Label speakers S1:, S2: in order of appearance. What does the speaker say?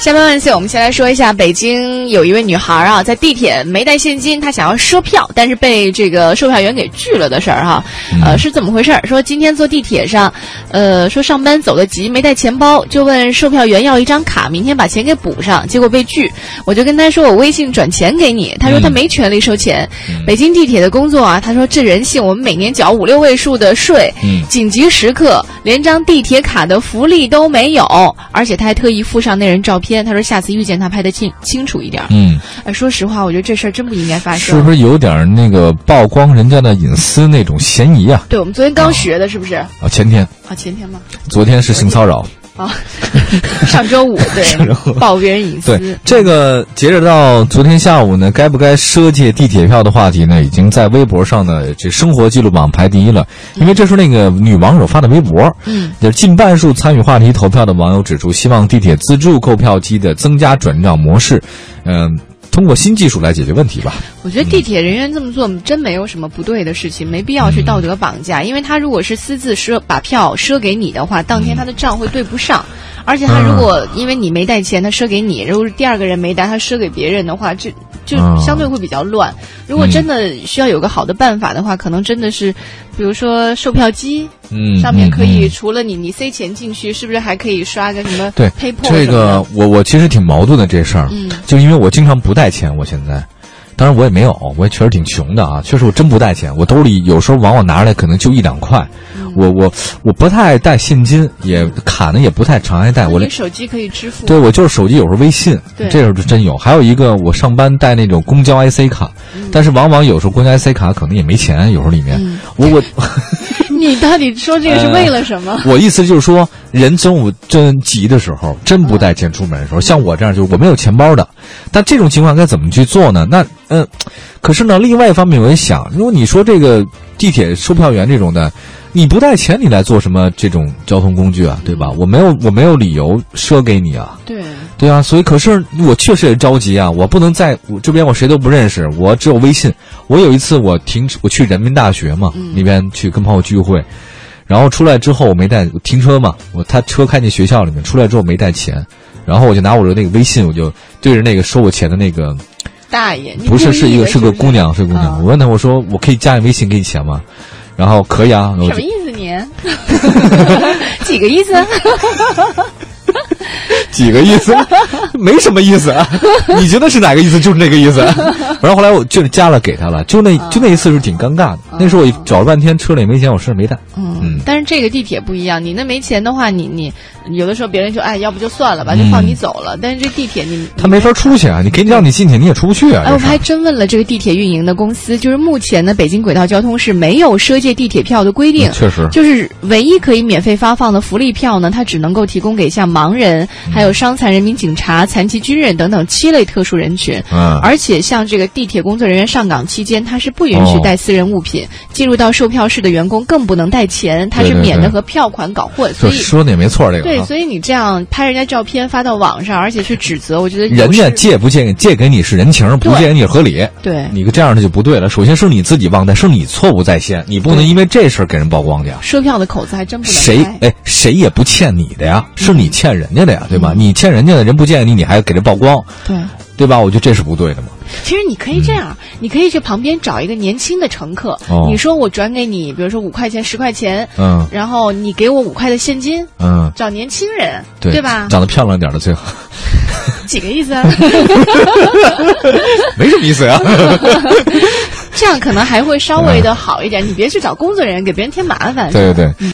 S1: 下班万岁！我们先来说一下，北京有一位女孩啊，在地铁没带现金，她想要赊票，但是被这个售票员给拒了的事儿、哈。呃，是怎么回事儿？说今天坐地铁上，呃，说上班走得急，没带钱包，就问售票员要一张卡，明天把钱给补上，结果被拒。我就跟他说我微信转钱给你，他说他没权利收钱。北京地铁的工作啊，他说这人性，我们每年缴五六位数的税，
S2: 嗯
S1: 紧急时刻连张地铁卡的福利都没有，而且他还特意附上那人照片，他说下次遇见他拍的清清楚一点儿。
S2: 嗯，
S1: 哎，说实话，我觉得这事儿真不应该发
S2: 是
S1: 生。
S2: 不是有点儿那个曝光人家的隐私那种嫌疑啊？
S1: 对，我们昨天刚学的，是不是？啊，
S2: 啊，前天、
S1: 前天吗？
S2: 昨天是性骚扰，
S1: 啊，上周 五对，曝别人隐私。
S2: 对这个，截止到昨天下午呢，该不该赊借地铁票的话题呢，已经在微博上的这生活记录榜排第一了。因为这是那个女网友发的微博，
S1: 嗯，
S2: 就是近半数参与话题投票的网友指出，希望地铁自助购票机的增加转账模式，嗯、通过新技术来解决问题吧。
S1: 我觉得地铁人员这么做真没有什么不对的事情，没必要去道德绑
S2: 嗯
S1: 架，因为他如果是私自赊把票赊给你的话，当天他的账会对不上，而且他如果
S2: 嗯
S1: 因为你没带钱，他赊给你，如果是第二个人没带，他赊给别人的话，这就
S2: 啊
S1: 相对会比较乱。如果真的需要有个好的办法的话，可能真的是，比如说售票机
S2: 嗯，
S1: 上面可以
S2: 嗯嗯
S1: 除了你你塞钱进去，是不是还可以刷个什么
S2: 对
S1: PayPal
S2: 这
S1: 什么的
S2: 个，我我其实挺矛盾的这事儿，
S1: 嗯
S2: 就因为我经常不带钱，我现在。当然我也没有，我也确实挺穷的啊，确实我真不带钱，我兜里有时候往往拿出来可能就一两块，
S1: 嗯
S2: 我我我不太爱带现金，也卡呢也不太常爱带，我
S1: 你
S2: 连
S1: 手机可以支付。
S2: 对我就是手机有时候微信，
S1: 对
S2: 这时候就真有，还有一个我上班带那种公交 IC 卡，但是往往有时候公交 IC 卡可能也没钱，有时候里面、
S1: 嗯
S2: 我我
S1: 你到底说这个是
S2: 呃
S1: 为了什么？
S2: 我意思就是说，人中午真急的时候，真不带钱出门的时候，像我这样就是我没有钱包的，但这种情况该怎么去做呢？那嗯、呃可是呢，另外一方面我也想，如果你说这个地铁售票员这种的，你不带钱，你来做什么这种交通工具啊？对吧？我没有，我没有理由赊给你啊。
S1: 对，
S2: 对啊，所以可是我确实也着急啊，我不能在我这边我谁都不认识，我只有微信。我有一次我停我去人民大学嘛，那边去跟朋友聚会，然后出来之后我没带我停车嘛，我他车开进学校里面，出来之后没带钱，然后我就拿我的那个微信，我就对着那个收我钱的那个
S1: 大爷，你
S2: 不
S1: 故
S2: 是
S1: 意
S2: 是一个
S1: 的是
S2: 个
S1: 不
S2: 姑，娘是个姑
S1: 啊
S2: 娘，我问她我说我可以加你微信给你钱吗？然后可以啊，我
S1: 什
S2: 就
S1: 么意思 你？几个意思？
S2: 几个意 思？没什么意思啊。你觉得是哪个意思？就是那个 意思。然后后来我就是加了给他了，就那
S1: 啊
S2: 就那一次是挺尴尬的。那时候我找了半天，车里没钱，我身上没带。
S1: 嗯
S2: 嗯，
S1: 但是这个地铁不一样，你那没钱的话，你你有的时候别人就哎，要不就算了吧，就放你走了。但是这地铁你。
S2: 嗯他没法出去啊！你给你让你进去，你也出不去啊！
S1: 哎，我
S2: 这事
S1: 还
S2: 儿
S1: 真问了这个地铁运营的公司，就是目前呢，北京轨道交通是没有赊借地铁票的规定
S2: 嗯，确实
S1: 就是唯一可以免费发放的福利票呢，它只能够提供给像盲人、
S2: 嗯
S1: 还有伤残人民警察、残疾军人等等七类特殊人群。
S2: 嗯，
S1: 而且像这个地铁工作人员上岗期间，他是不允许
S2: 哦
S1: 带私人物品，进入到售票室的员工更不能带钱，他是
S2: 对对
S1: 免
S2: 对
S1: 得和票款搞混。
S2: 就
S1: 所以，
S2: 说的也没错，这个
S1: 对，
S2: 啊。
S1: 所以你这样拍人家照片发到网上，而且去指责，我觉得有
S2: 人家
S1: 失
S2: 借不借借给你是人情，不借给你是合理。
S1: 对
S2: 你这样的就不对了。首先是你自己忘带，是你错误在先，你不能
S1: 对
S2: 因为这事儿给人曝光去啊。
S1: 赊票的口子还真不能嗯
S2: 谁
S1: 开
S2: 哎，谁也不欠你的呀，是你欠人家的呀，对吧？
S1: 嗯
S2: 你欠人家的，人不借你，你还给人曝光，
S1: 对，
S2: 对吧？我觉得这是不对的嘛。
S1: 其实你可以这样，你可以去旁边找一个年轻的乘客，
S2: 哦
S1: 你说我转给你，比如说五块钱、十块钱，
S2: 嗯
S1: 然后你给我五块的现金，
S2: 嗯，
S1: 找年轻人，
S2: 对，
S1: 吧？
S2: 长得漂亮点的最 好，
S1: 几个意思啊？
S2: 没什么意思 呀。
S1: 这样可能还会稍微的好一点。你别去找工作人员，给别人添麻烦。
S2: 对对对。